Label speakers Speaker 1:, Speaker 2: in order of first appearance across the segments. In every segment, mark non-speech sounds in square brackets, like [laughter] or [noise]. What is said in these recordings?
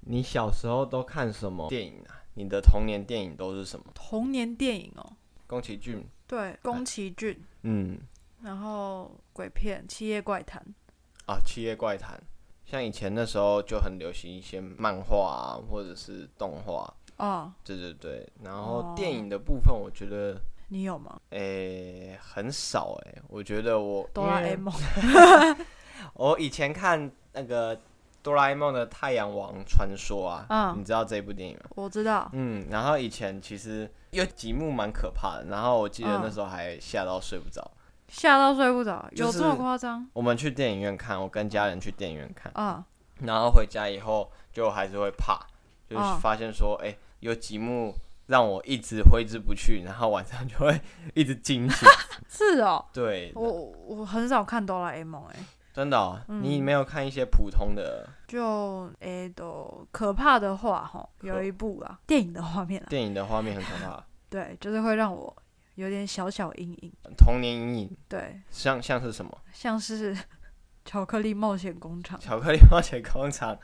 Speaker 1: 你小时候都看什么电影啊？你的童年电影都是什么？
Speaker 2: 童年电影哦，
Speaker 1: 宫崎骏，
Speaker 2: 对，宫崎骏，
Speaker 1: 嗯，
Speaker 2: 然后鬼片《七夜怪谈》，
Speaker 1: 啊，《七夜怪谈》，像以前那时候就很流行一些漫画啊，或者是动画，
Speaker 2: 哦，
Speaker 1: 对对对。然后
Speaker 2: 哦
Speaker 1: 电影的部分，我觉得，
Speaker 2: 你有吗？
Speaker 1: 诶、很少诶、我觉得我
Speaker 2: 哆啦 A，
Speaker 1: 因为
Speaker 2: 梦，
Speaker 1: 我以前看那个哆啦 A 梦的《太阳王传说》啊，
Speaker 2: 嗯
Speaker 1: 你知道这部电影吗？
Speaker 2: 我知道，
Speaker 1: 嗯，然后以前其实有几幕蛮可怕的，然后我记得
Speaker 2: 嗯
Speaker 1: 那时候还吓到睡不着。
Speaker 2: 吓到睡不着，
Speaker 1: 就
Speaker 2: 有
Speaker 1: 是
Speaker 2: 这么夸张
Speaker 1: 我们去电影院看，我跟家人去电影院看，
Speaker 2: 啊？
Speaker 1: 然后回家以后就还是会怕，就是
Speaker 2: 嗯
Speaker 1: 发现说，哎、有几幕让我一直挥之不去，然后晚上就会一直惊
Speaker 2: [laughs]
Speaker 1: 醒。
Speaker 2: 是哦，
Speaker 1: 对，
Speaker 2: 我我很少看哆啦 A 梦，哎，
Speaker 1: 真的、哦，
Speaker 2: 嗯
Speaker 1: 你没有看一些普通的
Speaker 2: 就哎都可怕的话，吼，有一部啊，电影的画面啊，
Speaker 1: 电影的画面很可怕，
Speaker 2: 对，就是会让我有点小小阴影，
Speaker 1: 童年阴影，
Speaker 2: 对，
Speaker 1: 像像是什么？
Speaker 2: 像是 [laughs] 《巧克力冒险工厂》，
Speaker 1: 巧克力冒险工厂，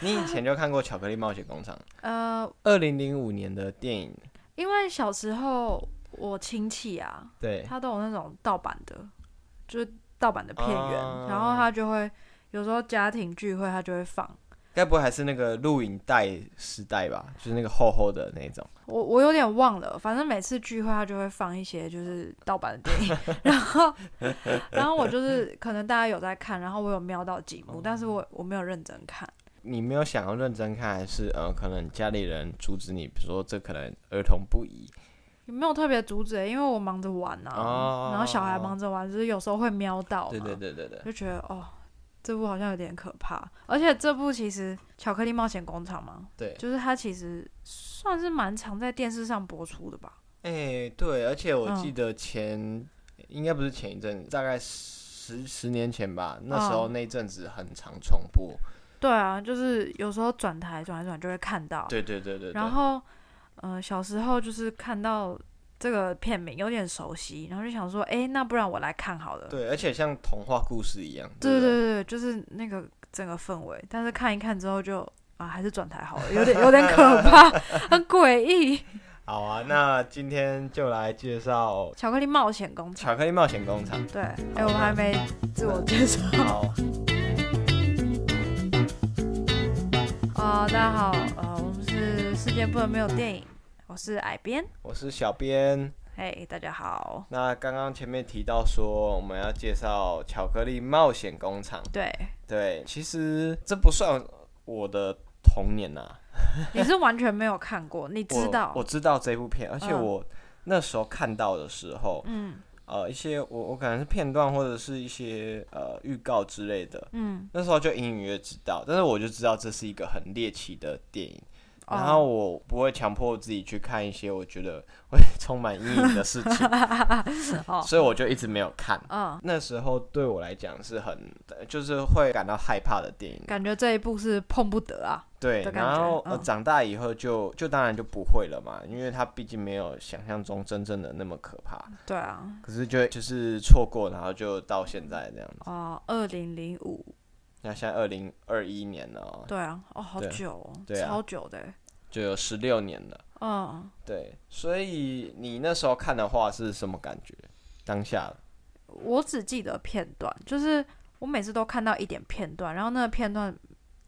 Speaker 1: 你以前就看过《巧克力冒险工厂》？
Speaker 2: 呃，
Speaker 1: 二零零五年的电影，
Speaker 2: 因为小时候我亲戚啊，
Speaker 1: 对，
Speaker 2: 他都有那种盗版的，就是盗版的片源，
Speaker 1: 啊
Speaker 2: 然后他就会有时候家庭聚会他就会放。
Speaker 1: 该不会还是那个录影带时代吧？就是那个厚厚的那种。
Speaker 2: 我我有点忘了，反正每次聚会他就会放一些就是盗版的电影，
Speaker 1: [laughs]
Speaker 2: 然后然后我就是可能大家有在看，然后我有瞄到几
Speaker 1: 嗯
Speaker 2: 幕，但是我我没有认真看，
Speaker 1: 你没有想要认真看，还是呃，可能家里人阻止你，比如说这可能儿童不宜
Speaker 2: 也没有特别阻止、欸因为我忙着玩啊，
Speaker 1: 哦
Speaker 2: 然后小孩忙着玩，就是有时候会瞄到嘛，
Speaker 1: 对对对对对，
Speaker 2: 就觉得哦，这部好像有点可怕，而且这部其实《巧克力冒险工厂》嘛，
Speaker 1: 对
Speaker 2: 就是它其实算是蛮常在电视上播出的吧，
Speaker 1: 哎、对，而且我
Speaker 2: 嗯
Speaker 1: 记得前、应该不是前一阵子，大概十十年前吧，那时候
Speaker 2: 嗯
Speaker 1: 那阵子很常重播。
Speaker 2: 对啊，就是有时候转台转来转就会看到，
Speaker 1: 对对对对对。
Speaker 2: 然后，呃，小时候就是看到这个片名有点熟悉，然后就想说，诶，那不然我来看好了。
Speaker 1: 对，而且像童话故事一样。
Speaker 2: 对
Speaker 1: 不对
Speaker 2: 对对，就是那个整个氛围。但是看一看之后就啊，还是转台好了，有点有点可怕，很诡异。 [laughs]
Speaker 1: 好啊，那今天就来介绍《
Speaker 2: 巧克力冒险工厂，
Speaker 1: 巧克力冒险工厂
Speaker 2: 对，诶，我们还没自我介绍》。
Speaker 1: 好，
Speaker 2: 啊、大家好，呃，我们是世界不能没有电影，我是矮边，
Speaker 1: 我是小编。
Speaker 2: 嘿，大家好，
Speaker 1: 那刚刚前面提到说，我们要介绍《巧克力冒险工厂》。
Speaker 2: 对，
Speaker 1: 对，其实这不算我的童年呐、
Speaker 2: 你是完全没有看过，你
Speaker 1: 我
Speaker 2: 知道
Speaker 1: 我，知道这部片，而且
Speaker 2: 嗯
Speaker 1: 我那时候看到的时候，
Speaker 2: 嗯
Speaker 1: 呃，一些我我可能是片段或者是一些呃预告之类的，
Speaker 2: 嗯，
Speaker 1: 那时候就隐隐约约知道，但是我就知道这是一个很猎奇的电影。
Speaker 2: 哦
Speaker 1: 然后我不会强迫自己去看一些我觉得会 [laughs] 充满阴影的事
Speaker 2: [laughs]
Speaker 1: 情，
Speaker 2: 哦，
Speaker 1: 所以我就一直没有看。
Speaker 2: 嗯。
Speaker 1: 那时候对我来讲是很，呃就是会感到害怕的电影。
Speaker 2: 感觉这一步是碰不得啊。
Speaker 1: 对，
Speaker 2: 的感
Speaker 1: 然
Speaker 2: 觉
Speaker 1: 后、呃
Speaker 2: 嗯
Speaker 1: 长大以后就就当然就不会了嘛，因为它毕竟没有想象中真正的那么可怕。
Speaker 2: 对啊，
Speaker 1: 可是就就是错过，然后就到现在这样子。
Speaker 2: 哦，二零零五，
Speaker 1: 那现在二零二一年了哦、
Speaker 2: 对啊，哦，好
Speaker 1: 对
Speaker 2: 久、哦，
Speaker 1: 对啊
Speaker 2: 超久的欸，
Speaker 1: 就有十六年了。
Speaker 2: 嗯，
Speaker 1: 对，所以你那时候看的话是什么感觉？当下
Speaker 2: 我只记得片段，就是我每次都看到一点片段，然后那个片段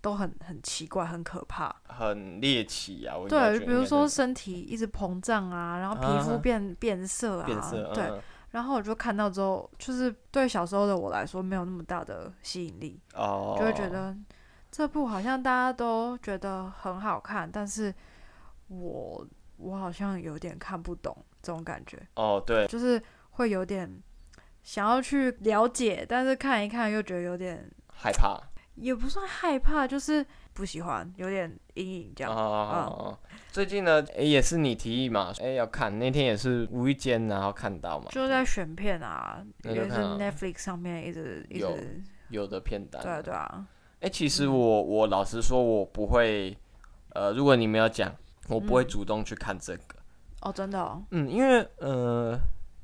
Speaker 2: 都很很奇怪，很可怕。
Speaker 1: 很猎奇啊，我应该
Speaker 2: 对，
Speaker 1: 觉得
Speaker 2: 比
Speaker 1: 应
Speaker 2: 如
Speaker 1: 该
Speaker 2: 说
Speaker 1: 是
Speaker 2: 身体一直膨胀啊，然后皮
Speaker 1: 啊
Speaker 2: 肤变、变色啊，
Speaker 1: 变色，
Speaker 2: 对。
Speaker 1: 嗯
Speaker 2: 然后我就看到之后，就是对小时候的我来说没有那么大的吸引力。
Speaker 1: 哦，
Speaker 2: 就会觉得这部好像大家都觉得很好看，但是我我好像有点看不懂这种感觉，
Speaker 1: 哦，对，
Speaker 2: 就是会有点想要去了解，但是看一看又觉得有点
Speaker 1: 害怕
Speaker 2: 也不算害怕，就是不喜欢，有点阴影这样。嗯
Speaker 1: 哦，最近呢，诶也是你提议嘛，哎、要看，那天也是无意间然后看到嘛，
Speaker 2: 就在选片啊，
Speaker 1: 那
Speaker 2: 也
Speaker 1: 就是看啊
Speaker 2: Netflix 上面一直一
Speaker 1: 有
Speaker 2: 直，
Speaker 1: 有的片单。
Speaker 2: 对啊对啊，
Speaker 1: 哎、其实我我老实说，我不会，呃，如果你没有讲，我不
Speaker 2: 嗯
Speaker 1: 会主动去看这个。
Speaker 2: 哦真的哦，
Speaker 1: 嗯，因为呃，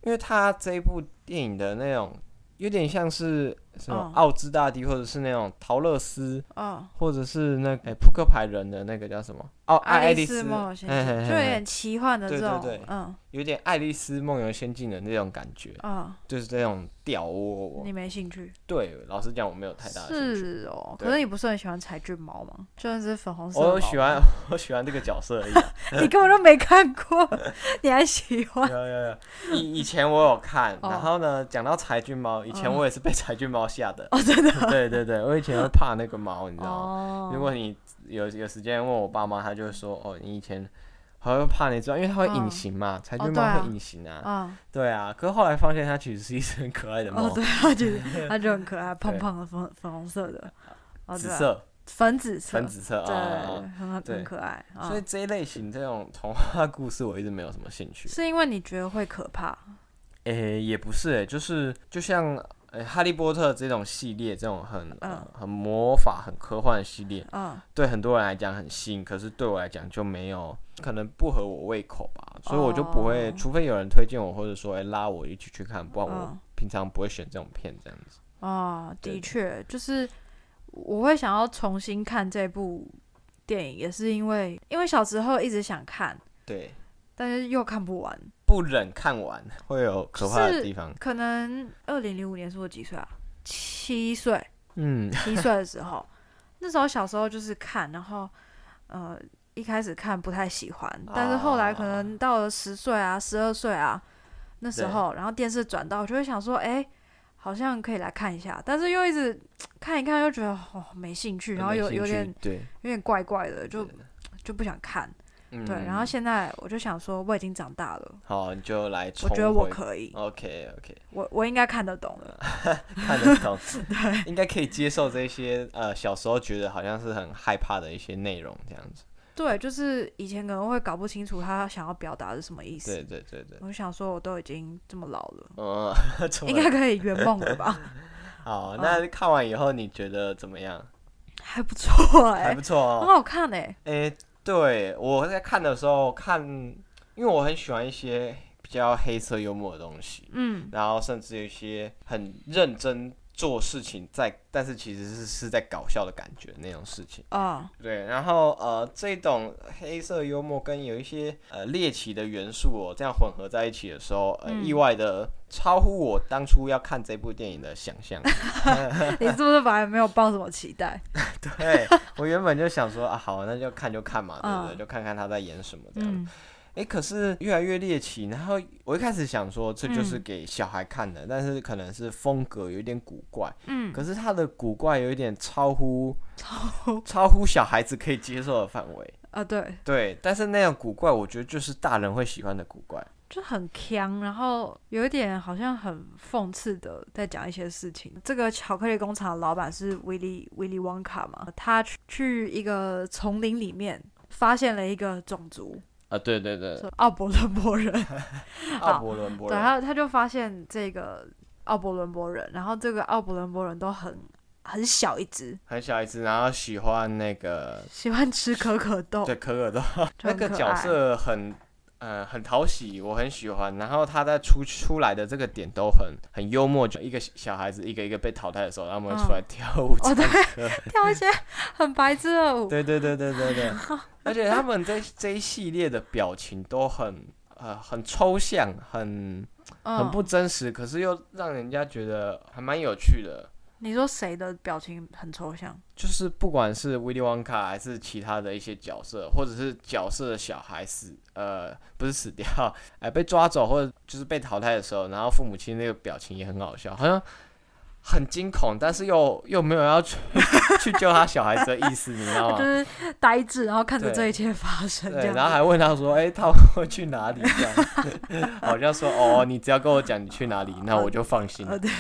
Speaker 1: 因为他这一部电影的那种有点像是什么
Speaker 2: 嗯
Speaker 1: 奥兹大帝，或者是那种陶乐斯，
Speaker 2: 嗯，
Speaker 1: 或者是那哎扑克牌人的那个叫什么？哦，爱
Speaker 2: 爱
Speaker 1: 丽
Speaker 2: 丽
Speaker 1: 丝
Speaker 2: 丝梦游仙
Speaker 1: 嘿嘿
Speaker 2: 境，
Speaker 1: 嘿
Speaker 2: 就有
Speaker 1: 嘿
Speaker 2: 点奇幻的
Speaker 1: 对
Speaker 2: 这
Speaker 1: 对
Speaker 2: 种，
Speaker 1: 对
Speaker 2: 嗯
Speaker 1: 有点《爱丽丝梦游仙境》的那种感觉，
Speaker 2: 嗯，
Speaker 1: 就是这种吊窝。我
Speaker 2: 你没兴趣？
Speaker 1: 对，老实讲，我没有太大的兴趣。
Speaker 2: 是哦，
Speaker 1: 对
Speaker 2: 可是你不是很喜欢柴郡猫吗？就那只粉红色的猫，
Speaker 1: 我喜欢， [laughs] 我喜欢这个角色而已。
Speaker 2: [laughs] 你根本就没看过，你还喜欢？
Speaker 1: 有有有，以以前我有看，
Speaker 2: 哦
Speaker 1: 然后呢，讲到柴郡猫，以前
Speaker 2: 嗯
Speaker 1: 我也是被柴郡猫吓的。
Speaker 2: 哦，真的
Speaker 1: 对对对，我以前会怕那个猫， [laughs] 你知道吗？
Speaker 2: 哦，
Speaker 1: 如果你有有时间问我爸妈，他就会说哦，你以前还会怕，你知道，因为它会隐
Speaker 2: 嗯
Speaker 1: 形嘛，柴
Speaker 2: 哦
Speaker 1: 郡猫
Speaker 2: 对啊
Speaker 1: 会隐形啊。
Speaker 2: 啊，
Speaker 1: 对啊，可是后来发现它其实是一只很可爱的猫
Speaker 2: 哦，，对啊，就是它就很可爱，胖胖的粉粉红色的，哦，
Speaker 1: 紫
Speaker 2: 对啊，
Speaker 1: 色、
Speaker 2: 粉紫色，
Speaker 1: 粉紫色
Speaker 2: 对，
Speaker 1: 啊。
Speaker 2: 很很
Speaker 1: 对
Speaker 2: 很可爱啊
Speaker 1: 所以。这一类型这种童话故事，我一直没有什么兴趣。
Speaker 2: 是因为你觉得会可怕？
Speaker 1: 诶、也不是诶、就是就像诶、哈利波特》这种系列，这种很、呃、很魔法、很科幻的系列，
Speaker 2: 嗯，
Speaker 1: 对很多人来讲很吸引，可是对我来讲就没有，可能不合我胃口吧，所以我就不会，
Speaker 2: 哦
Speaker 1: 除非有人推荐我，或者说诶、拉我一起去看，不然我
Speaker 2: 嗯
Speaker 1: 平常不会选这种片这样子。
Speaker 2: 啊，
Speaker 1: 对
Speaker 2: 的确，就是我会想要重新看这部电影，也是因为因为小时候一直想看，
Speaker 1: 对，
Speaker 2: 但是又看不完。
Speaker 1: 不忍看完会有可怕的地方。
Speaker 2: 可能二零零五年是我几岁啊？七岁，
Speaker 1: 嗯，
Speaker 2: 七岁的时候，那时候小时候就是看，然后呃一开始看不太喜欢，但是后来可
Speaker 1: 哦
Speaker 2: 能到了十岁啊、十二岁啊那时候，然后电视转到，我就会想说，哎、好像可以来看一下，但是又一直看一看，又觉得哦没兴趣，然后
Speaker 1: 没
Speaker 2: 有
Speaker 1: 兴
Speaker 2: 有
Speaker 1: 趣
Speaker 2: 点
Speaker 1: 对，
Speaker 2: 有点怪怪的，就
Speaker 1: 对
Speaker 2: 就不想看。
Speaker 1: 嗯
Speaker 2: 对，然后现在我就想说，我已经长大了，
Speaker 1: 好，你就来重
Speaker 2: 我
Speaker 1: 回，
Speaker 2: 觉得我可以，
Speaker 1: OK OK，
Speaker 2: 我我应该看得懂了。
Speaker 1: [laughs] 看得
Speaker 2: [laughs]
Speaker 1: 懂，应该可以接受这些呃小时候觉得好像是很害怕的一些内容这样子。
Speaker 2: 对，就是以前可能会搞不清楚他想要表达的是什么意思。
Speaker 1: 对对对对，
Speaker 2: 我想说，我都已经这么老了，
Speaker 1: [laughs] 嗯，怎么
Speaker 2: 应该嗯可以圆梦
Speaker 1: [laughs]
Speaker 2: 了吧？
Speaker 1: 好？那看完以后你觉得怎么样？
Speaker 2: 还不错哎、
Speaker 1: 还不错
Speaker 2: 很
Speaker 1: 哦。
Speaker 2: 好看哎、
Speaker 1: 诶、对我在看的时候看，因为我很喜欢一些比较黑色幽默的东西，
Speaker 2: 嗯，
Speaker 1: 然后甚至有一些很认真做事情在，但是其实是是在搞笑的感觉那种事情。 [laughs]
Speaker 2: 啊、
Speaker 1: 对，然后呃，这种黑色幽默跟有一些呃猎奇的元素哦，这样混合在一起的时候，呃，
Speaker 2: 嗯
Speaker 1: 意外的超乎我当初要看这部电影的想象。
Speaker 2: [laughs] 你是不是本来没有抱什么期待？
Speaker 1: 对我原本就想说啊，好，那就看就看嘛，对不对？
Speaker 2: 嗯
Speaker 1: 就看看他在演什么这样。
Speaker 2: 嗯，
Speaker 1: 诶，可是越来越猎奇，然后我一开始想说这就是
Speaker 2: 嗯
Speaker 1: 给小孩看的，但是可能是风格有一点古怪，
Speaker 2: 嗯
Speaker 1: 可是他的古怪有一点超乎超超乎小孩子可以接受的范围。
Speaker 2: 啊，对，
Speaker 1: 对，但是那样古怪，我觉得就是大人会喜欢的古怪。
Speaker 2: 就很强，然后有一点好像很讽刺的在讲一些事情。这个巧克力工厂的老板是威利威利旺卡嘛？他去去一个丛林里面发现了一个种族，
Speaker 1: 啊，对对对
Speaker 2: 是奥伯伦伯人。
Speaker 1: 奥啊伯伦伯
Speaker 2: 对，啊
Speaker 1: 人，
Speaker 2: 他他就发现这个奥伯伦伯人，然后这个奥伯伦伯人都很很小一只，
Speaker 1: 很小一只，然后喜欢那个
Speaker 2: 喜欢吃可可豆，
Speaker 1: 对可可豆，那
Speaker 2: 就很
Speaker 1: 个
Speaker 2: 哦可
Speaker 1: 角
Speaker 2: 爱。
Speaker 1: 色很呃很讨喜，我很喜欢。然后他在出出来的这个点都很很幽默，就一个小孩子一个一个被淘汰的时候，他们会出来跳舞唱
Speaker 2: 哦，对，
Speaker 1: 歌。
Speaker 2: [laughs] 跳一些很白痴的舞，
Speaker 1: 对对对对对
Speaker 2: [laughs]
Speaker 1: 对，而且他们这这一系列的表情都很呃很抽象，很
Speaker 2: 嗯，
Speaker 1: 很不真实，可是又让人家觉得还蛮有趣的。
Speaker 2: 你说谁的表情很抽象？
Speaker 1: 就是不管是威利旺卡还是其他的一些角色，或者是角色的小孩死，呃，不是死掉，哎、被抓走或者就是被淘汰的时候，然后父母亲那个表情也很好笑，好像很惊恐，但是又又没有要去 [laughs] 去救他小孩子的意思，你知道
Speaker 2: 就
Speaker 1: 吗？
Speaker 2: 是呆滞，然后看着
Speaker 1: 对
Speaker 2: 这一切发生，这
Speaker 1: 啊对，
Speaker 2: 样
Speaker 1: 然后
Speaker 2: 子。
Speaker 1: 还问他说：“哎、他会去哪里？”这样， [laughs] 好像说：“哦，你只要跟我讲你去哪里，那我就放心了
Speaker 2: 呃，。对，”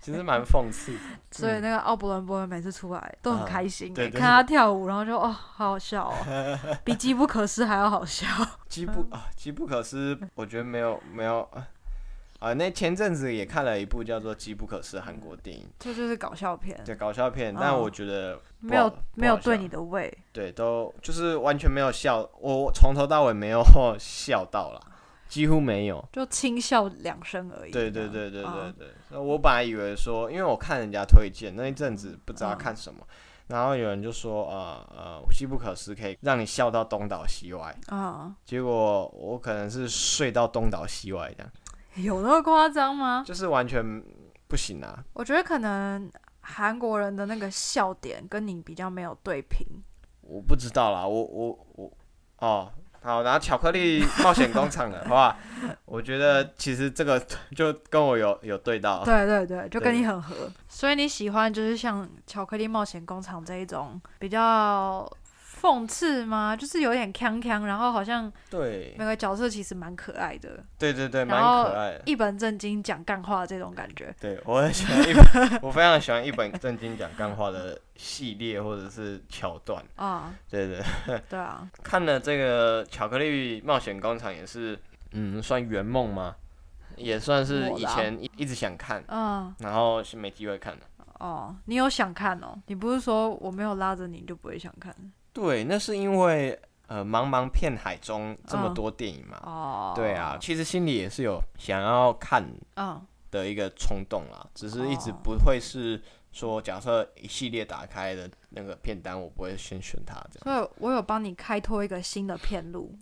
Speaker 1: 其实蛮讽刺的。
Speaker 2: [laughs] 所以那个奥伯伦伯人每次出来都很开心、
Speaker 1: 嗯啊对
Speaker 2: 欸
Speaker 1: 对
Speaker 2: 看他跳舞，然后就哦，好好笑哦，
Speaker 1: [laughs]
Speaker 2: 比机不可失还要好笑。
Speaker 1: 机
Speaker 2: 嗯
Speaker 1: 不啊，机不可失，我觉得没有没有啊啊。那前阵子也看了一部叫做《机不可失》韩国电影，
Speaker 2: 这就是搞笑片，
Speaker 1: 对搞笑片，但
Speaker 2: 嗯哦
Speaker 1: 我觉得不
Speaker 2: 没有
Speaker 1: 好
Speaker 2: 没有
Speaker 1: 不好
Speaker 2: 对
Speaker 1: 笑
Speaker 2: 你的胃，
Speaker 1: [laughs] 对都就是完全没有笑，我从头到尾没有笑到啦。几乎没有。
Speaker 2: 就轻笑两声而已。
Speaker 1: 对
Speaker 2: 这
Speaker 1: 对对
Speaker 2: 样
Speaker 1: 对对
Speaker 2: 嗯
Speaker 1: 对，那我本来以为说，因为我看人家推荐那一阵子不知道
Speaker 2: 嗯
Speaker 1: 看什么，然后有人就说呃呃《机不可失》可以让你笑到东倒西歪，
Speaker 2: 啊、
Speaker 1: 结果我可能是睡到东倒西歪这样，
Speaker 2: 有那么夸张吗？
Speaker 1: 就是完全不行啊。
Speaker 2: 我觉得可能韩国人的那个笑点跟你比较没有对平。
Speaker 1: 我不知道啦，我我我哦。好，然后巧克力冒险工厂的话，我觉得其实这个就跟我有有对到，
Speaker 2: 对对哦对，就跟
Speaker 1: 对
Speaker 2: 你很合。所以你喜欢就是像《巧克力冒险工厂》这一种比较讽刺吗？就是有点锵锵，然后好像
Speaker 1: 对
Speaker 2: 每个角色其实蛮可爱的，
Speaker 1: 对对对，蛮
Speaker 2: 然后
Speaker 1: 可爱的。
Speaker 2: 一本正经讲干话这种感觉。
Speaker 1: 对，我很喜 [laughs] 欢一本，我非常喜欢一本正经讲干话的系列或者是桥段。
Speaker 2: 啊、
Speaker 1: 对对，
Speaker 2: 对啊，
Speaker 1: 看了这个《巧克力冒险工厂》也是，嗯，算圆梦吗？也算是
Speaker 2: 我
Speaker 1: 以
Speaker 2: 啦
Speaker 1: 前一一直想看，
Speaker 2: 啊嗯，
Speaker 1: 然后是没机会看的。
Speaker 2: 哦，你有想看哦？你不是说我没有拉着你，你就不会想看
Speaker 1: 对，那是因为呃，茫茫片海中这么
Speaker 2: 嗯
Speaker 1: 多电影嘛。
Speaker 2: 哦？
Speaker 1: 对啊，，其实心里也是有想要看
Speaker 2: 嗯，
Speaker 1: 的一个冲动啦，只是一直
Speaker 2: 哦
Speaker 1: 不会是说，假设一系列打开的那个片单，我不会先选它这样。
Speaker 2: 所以我有帮你开拓一个新的片路，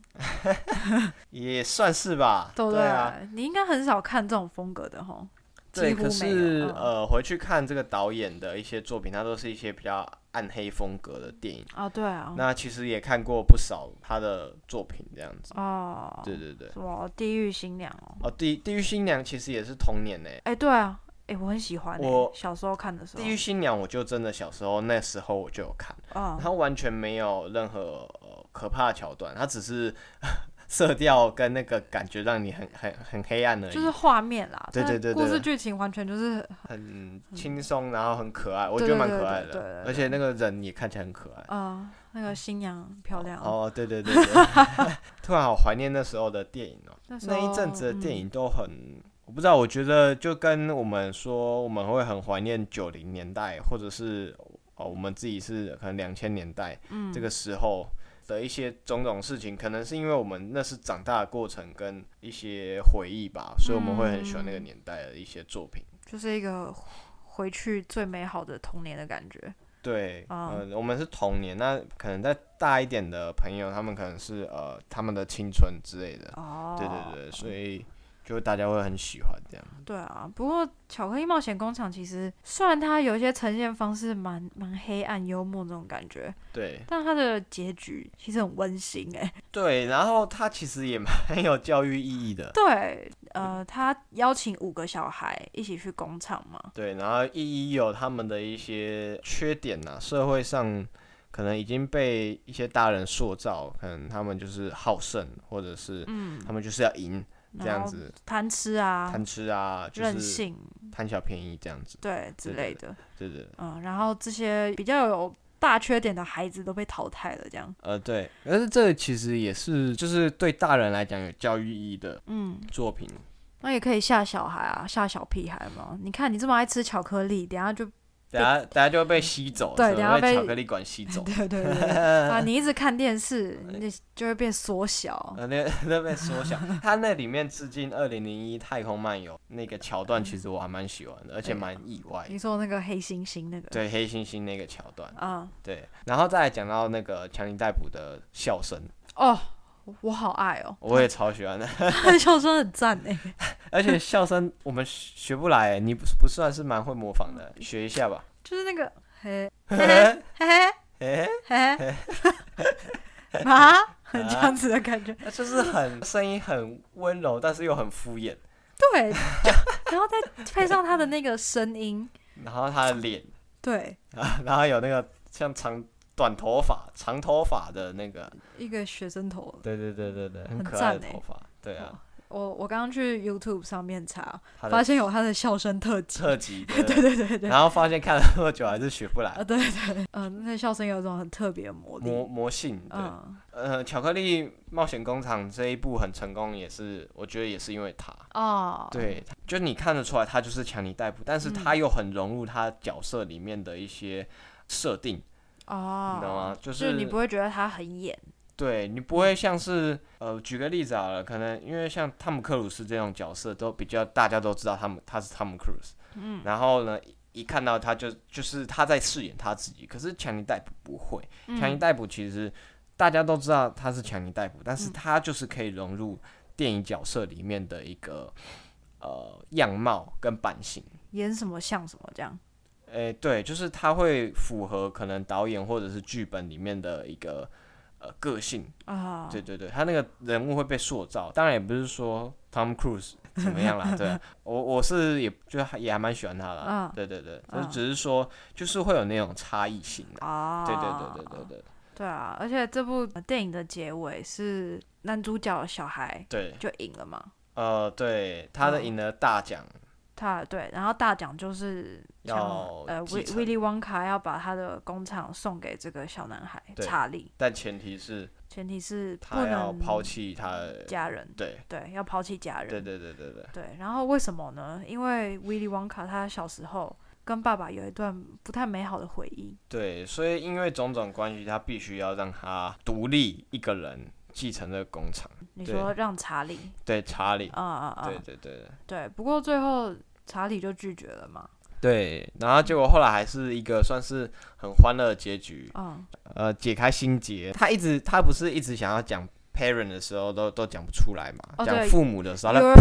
Speaker 1: 也算是吧，
Speaker 2: 对不
Speaker 1: 啊，
Speaker 2: 你应该很少看这种风格的吼，
Speaker 1: 对。
Speaker 2: 几
Speaker 1: 可
Speaker 2: 乎没
Speaker 1: 是
Speaker 2: 有。嗯
Speaker 1: 呃，回去看这个导演的一些作品，它都是一些比较暗黑风格的电影。
Speaker 2: 啊，对啊，
Speaker 1: 那其实也看过不少他的作品，这样子。
Speaker 2: 哦，
Speaker 1: 对对对。
Speaker 2: 什么地狱新娘哦，
Speaker 1: 哦，地地狱新娘其实也是童年呢。
Speaker 2: 哎、对啊，哎、我很喜欢、欸，
Speaker 1: 我
Speaker 2: 小时候看的时候
Speaker 1: 地，狱新娘，我就真的小时候那时候我就有看，
Speaker 2: 哦，
Speaker 1: 它完全没有任何、呃、可怕的桥段，它只是 [laughs] 色调跟那个感觉让你很很很黑暗而已，
Speaker 2: 就是画面啦，
Speaker 1: 对对
Speaker 2: 但
Speaker 1: 对对
Speaker 2: 故事
Speaker 1: 对
Speaker 2: 剧情完全就是
Speaker 1: 很轻松，然后很可爱，我觉得
Speaker 2: 对对
Speaker 1: 蛮
Speaker 2: 对
Speaker 1: 可爱
Speaker 2: 对对
Speaker 1: 的
Speaker 2: 对，
Speaker 1: 而且那个人也看起来很可爱。
Speaker 2: 呃，那
Speaker 1: 嗯
Speaker 2: 个新娘漂亮，
Speaker 1: 哦，对对对 [laughs] 对，突然好怀念那时候的电影哦，
Speaker 2: 那时候嗯
Speaker 1: 那一阵子的电影都很，我不知道，我觉得就跟我们说我们会很怀念九零年代，或者是哦我们自己是可能两千年代、
Speaker 2: 嗯
Speaker 1: 这个时候。的一些种种事情，可能是因为我们那是长大的过程跟一些回忆吧，所以我们会很喜欢那个年代的一些作品。
Speaker 2: 就是一个回去最美好的童年的感觉，
Speaker 1: 对，
Speaker 2: 哦
Speaker 1: 呃，我们是童年，那可能再大一点的朋友，他们可能是呃他们的青春之类的，
Speaker 2: 哦，
Speaker 1: 对对对，所以就大家会很喜欢这样。
Speaker 2: 对啊，不过《巧克力冒险工厂》其实虽然它有一些呈现方式蛮蛮黑暗幽默这种感觉，
Speaker 1: 对
Speaker 2: 但它的结局其实很温馨哎、
Speaker 1: 对，然后它其实也蛮有教育意义的，
Speaker 2: [laughs] 对，呃，他邀请五个小孩一起去工厂嘛，
Speaker 1: 对，然后一一有他们的一些缺点呐、社会上可能已经被一些大人塑造，可能他们就是好胜，或者是
Speaker 2: 嗯，
Speaker 1: 他们就是要赢这
Speaker 2: 然
Speaker 1: 样
Speaker 2: 后
Speaker 1: 子，
Speaker 2: 贪吃啊，
Speaker 1: 贪吃啊，就
Speaker 2: 任
Speaker 1: 是
Speaker 2: 性，
Speaker 1: 贪小便宜这样子，
Speaker 2: 对之
Speaker 1: 对对
Speaker 2: 类的，
Speaker 1: 对对。
Speaker 2: 嗯，然后这些比较有大缺点的孩子都被淘汰了，这样，
Speaker 1: 呃，对，但是这其实也是就是对大人来讲有教育意义的
Speaker 2: 嗯，
Speaker 1: 作品。
Speaker 2: 那也可以吓小孩啊，吓小屁孩嘛，你看你这么爱吃巧克力，等下 [laughs] 就，
Speaker 1: 等下等下就会被吸走，
Speaker 2: 对
Speaker 1: 是吧
Speaker 2: 等下
Speaker 1: 被
Speaker 2: 被
Speaker 1: 巧克力管吸走，
Speaker 2: 对对对对，啊， [laughs] 你一直看电视，你就会变缩小，
Speaker 1: 呃，那 [laughs] 那被缩小。它那里面致敬二零零一《太空漫游》那个桥段，其实我还蛮喜欢的，而且蛮意外的。
Speaker 2: 你说那个黑猩猩那个，
Speaker 1: 对黑猩猩那个桥段，
Speaker 2: 啊，
Speaker 1: 对，然后再来讲到那个强尼戴普的笑声，
Speaker 2: 哦，我好爱 [laughs] 哦，
Speaker 1: 我也超喜欢的， [laughs]
Speaker 2: 他的笑声很赞哎。
Speaker 1: 而且笑声我们学不来，欸你不不算是蛮会模仿的，学一下吧。
Speaker 2: [laughs]
Speaker 1: [laughs]
Speaker 2: 就是那个嘿嘿嘿嘿嘿嘿嘿啊， [laughs] 这样子的感觉，
Speaker 1: 那 [laughs] 就是很声音很温柔，但是又很敷衍。
Speaker 2: 对，就然后再配上他的那个声音，
Speaker 1: 然后他的脸， [laughs]
Speaker 2: 对，
Speaker 1: 啊然后有那个像长短头发、长头发的那个，
Speaker 2: 一个学生头。
Speaker 1: 对对对对对，很
Speaker 2: 很
Speaker 1: 可爱的
Speaker 2: 赞欸
Speaker 1: 头发。对啊，
Speaker 2: 我我刚刚去 YouTube 上面查，
Speaker 1: 他
Speaker 2: 发
Speaker 1: 的
Speaker 2: 现有他的笑声特辑，
Speaker 1: 特
Speaker 2: [laughs]
Speaker 1: 辑，对
Speaker 2: 对对对对，
Speaker 1: 然后发现看了那么久还是学不来
Speaker 2: 啊，对对，对嗯，那笑声有一种很特别的魔力，
Speaker 1: 魔魔性。对，
Speaker 2: 嗯，
Speaker 1: 呃，巧克力冒险工厂这一部很成功，也是我觉得也是因为他。
Speaker 2: 哦，，嗯
Speaker 1: 对，就你看得出来，他就是强尼戴普，但是他又很融入他角色里面的一些设定，
Speaker 2: 哦，
Speaker 1: 你知道吗？就
Speaker 2: 就是
Speaker 1: 是
Speaker 2: 你不会觉得他很演，
Speaker 1: 对你不会像是呃，举个例子好了，可能因为像汤姆克鲁斯这种角色都比较大家都知道他们他是汤姆克鲁斯，嗯，然后呢一一看到他就就是他在饰演他自己，可是强尼戴普不会，强尼戴普其实大家都知道他是强尼戴普，但是他就是可以融入电影角色里面的一个呃样貌跟版型。
Speaker 2: 演什么像什么这样。
Speaker 1: 诶、对，就是他会符合可能导演或者是剧本里面的一个呃个性
Speaker 2: 啊、
Speaker 1: 对对对，他那个人物会被塑造，当然也不是说 Tom Cruise 怎么样啦，
Speaker 2: [laughs]
Speaker 1: 对啊我我是也就还也还蛮喜欢他啦，
Speaker 2: 嗯
Speaker 1: 对对对，就
Speaker 2: 嗯
Speaker 1: 只是说就是会有那种差异性啊，
Speaker 2: 啊，
Speaker 1: 对对对对对
Speaker 2: 对啊！而且这部电影的结尾是男主角的小孩
Speaker 1: 对对，
Speaker 2: 就赢了嘛，
Speaker 1: 呃，对，他的
Speaker 2: 嗯
Speaker 1: 赢了大奖，
Speaker 2: 他对，然后大奖就是像
Speaker 1: 要
Speaker 2: 呃
Speaker 1: 继
Speaker 2: 威
Speaker 1: 承
Speaker 2: 威利旺卡要把他的工厂送给这个小男孩
Speaker 1: 对
Speaker 2: 查理，
Speaker 1: 但前提是
Speaker 2: 前提是不
Speaker 1: 他要
Speaker 2: 能
Speaker 1: 抛弃他的，
Speaker 2: 家人，
Speaker 1: 对
Speaker 2: 对，要抛弃家人，
Speaker 1: 对对对对对，
Speaker 2: 对，然后为什么呢？因为威利旺卡他小时候跟爸爸有一段不太美好的回忆。
Speaker 1: 对，所以因为种种关系，他必须要让他独立一个人继承这个工厂。
Speaker 2: 你
Speaker 1: 对
Speaker 2: 说让查理
Speaker 1: 对，查理，
Speaker 2: 啊啊啊
Speaker 1: 对！对对
Speaker 2: 对，不过最后查理就拒绝了嘛。
Speaker 1: 对，然后结果后来还是一个算是很欢乐的结局，
Speaker 2: 嗯，
Speaker 1: 呃，解开心结。他一直他不是一直想要讲 parent 的时候都都讲不出来嘛，
Speaker 2: 哦
Speaker 1: 讲
Speaker 2: 对
Speaker 1: 父母的时候，
Speaker 2: your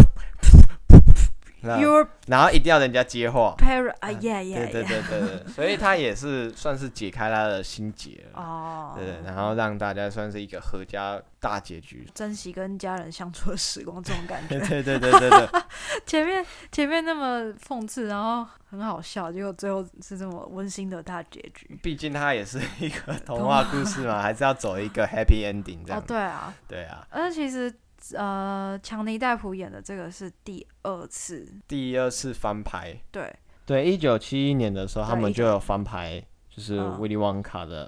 Speaker 1: 那
Speaker 2: your
Speaker 1: 然后一定要人家接话。
Speaker 2: parent 啊，yeah
Speaker 1: 对对
Speaker 2: yeah yeah。
Speaker 1: 对对对，所以他也是算是解开他的心结了，
Speaker 2: 哦，
Speaker 1: 对对，然后让大家算是一个合家大结
Speaker 2: [laughs]
Speaker 1: 局。
Speaker 2: 珍惜跟家人相处的时光，这种感
Speaker 1: 对
Speaker 2: 觉。
Speaker 1: 对对对对对，
Speaker 2: 前面前面那么讽刺，然后很好笑，结果最后是这么温馨的大结局。
Speaker 1: 毕竟它也是一个童话故事嘛，还是要走一个 happy ending 这
Speaker 2: 哦
Speaker 1: 样。，
Speaker 2: 对啊，
Speaker 1: 对啊，
Speaker 2: 而其实呃，强尼戴普演的这个是第二次，
Speaker 1: 第二次翻拍，
Speaker 2: 对，
Speaker 1: 对，一九七一年的时候，
Speaker 2: 对
Speaker 1: 他们就有翻拍，就是《
Speaker 2: 嗯
Speaker 1: 威利旺卡》的，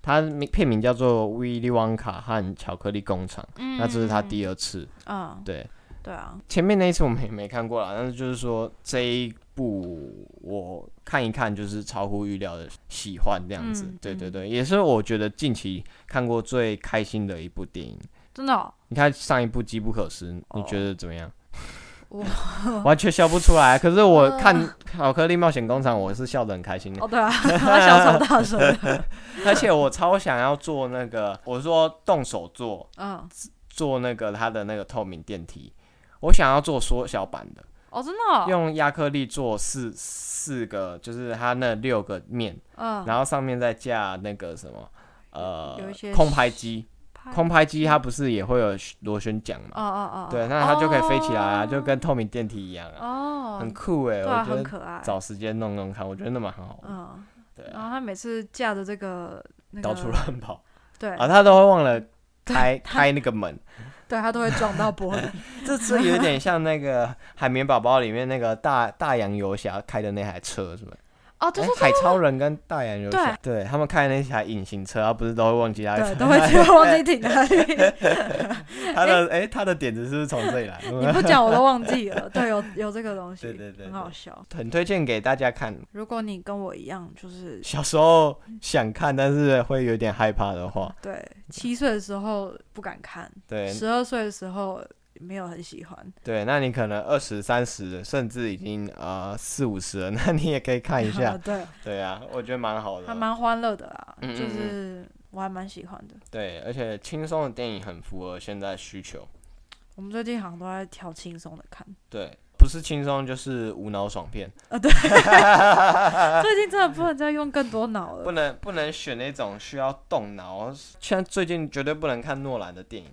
Speaker 1: 它名片名叫做《威利旺卡和巧克力工厂》，
Speaker 2: 嗯
Speaker 1: 那这是他第二次。
Speaker 2: 嗯，
Speaker 1: 对，
Speaker 2: 对啊，
Speaker 1: 前面那一次我们也没看过啦，但是就是说这一部我看一看，就是超乎预料的喜欢这样子。
Speaker 2: 嗯
Speaker 1: 对对
Speaker 2: 嗯
Speaker 1: 对，也是我觉得近期看过最开心的一部电影。
Speaker 2: 真的哦、
Speaker 1: 你看上一部《机不可失》，你
Speaker 2: 哦
Speaker 1: 觉得怎么样？ [laughs]
Speaker 2: 我
Speaker 1: 完全笑不出来。可是
Speaker 2: [laughs]
Speaker 1: 我
Speaker 2: 呃
Speaker 1: 看《巧克力冒险工厂》，我是笑得很开心的。
Speaker 2: 哦，对啊， [laughs] 他笑超大声的，
Speaker 1: 而且我超想要做那个，我说动手做，
Speaker 2: 嗯，
Speaker 1: 做那个它的那个透明电梯，我想要做缩小版的，
Speaker 2: 哦，真的哦、
Speaker 1: 用亚克力做四四个，就是它那六个面，
Speaker 2: 嗯，
Speaker 1: 然后上面再架那个什么，呃
Speaker 2: 有一些，嗯
Speaker 1: 空拍机。
Speaker 2: 拍
Speaker 1: 空拍机它不是也会有螺旋桨
Speaker 2: 哦
Speaker 1: 嘛？
Speaker 2: 哦哦，
Speaker 1: 对，那它就可以飞起来啊，
Speaker 2: 哦
Speaker 1: 就跟透明电梯一样啊。
Speaker 2: 哦，
Speaker 1: 很酷哎、
Speaker 2: 对啊，
Speaker 1: 我觉
Speaker 2: 很
Speaker 1: 得
Speaker 2: 可爱，
Speaker 1: 找时间弄弄看，我觉得那蛮好玩的。
Speaker 2: 嗯，
Speaker 1: 对
Speaker 2: 然
Speaker 1: 啊，
Speaker 2: 后他每次架着
Speaker 1: [laughs]
Speaker 2: 这个那个，
Speaker 1: 到处乱跑
Speaker 2: [laughs] 对、
Speaker 1: 啊，他都会忘了开开那个
Speaker 2: [laughs]
Speaker 1: 门，
Speaker 2: 对，他都会撞到
Speaker 1: [laughs]
Speaker 2: 玻璃，
Speaker 1: 这这有点像那个《海绵宝宝》里面那个大大洋游侠开的那台车，是吗？
Speaker 2: 哦，对
Speaker 1: 哎
Speaker 2: 对，
Speaker 1: 海超人跟大洋游侠，对他们开的那台隐形车，他不是都会忘记他 [laughs]
Speaker 2: 对，都会觉得忘记停哪里，
Speaker 1: 他的哎他的点子是不是从这里来？
Speaker 2: [laughs] 你不讲我都忘记了，对，有有这个东西，
Speaker 1: 对对对
Speaker 2: 很好笑。
Speaker 1: 很推荐给大家看，
Speaker 2: 如果你跟我一样，就是
Speaker 1: 小时候想看，但是会有点害怕的话，
Speaker 2: 对七岁的时候不敢看，
Speaker 1: 对
Speaker 2: 十二岁的时候没有很喜欢，
Speaker 1: 对，那你可能二十三十，甚至已经呃四五十了， [laughs] 那你也可以看一下。
Speaker 2: [laughs] 对，
Speaker 1: 对啊，我觉得蛮好
Speaker 2: 还
Speaker 1: 的。
Speaker 2: 蛮欢乐的啦，
Speaker 1: 嗯嗯嗯
Speaker 2: 就是我还蛮喜欢的。
Speaker 1: 对，而且轻松的电影很符合现在需求。
Speaker 2: 我们最近好像都在挑轻松的看，啊
Speaker 1: 对，不是轻松就是无脑爽片， [laughs]
Speaker 2: 最近真的不能再用更多脑
Speaker 1: 不
Speaker 2: 了。
Speaker 1: 能不能选那种需要动脑。像最近绝对不能看诺兰的电影，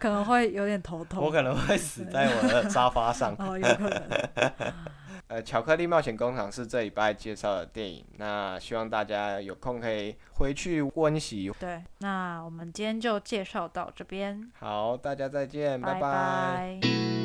Speaker 2: 可能会有点头
Speaker 1: 我
Speaker 2: 痛。。
Speaker 1: 可能会死在我的沙发上
Speaker 2: [laughs] 哦，有可能。
Speaker 1: 呃，《巧克力冒险工厂》是这礼拜介绍的电影，那希望大家有空可以回去温习。
Speaker 2: 对，那我们今天就介绍到这边，
Speaker 1: 好，大家再见，拜
Speaker 2: 拜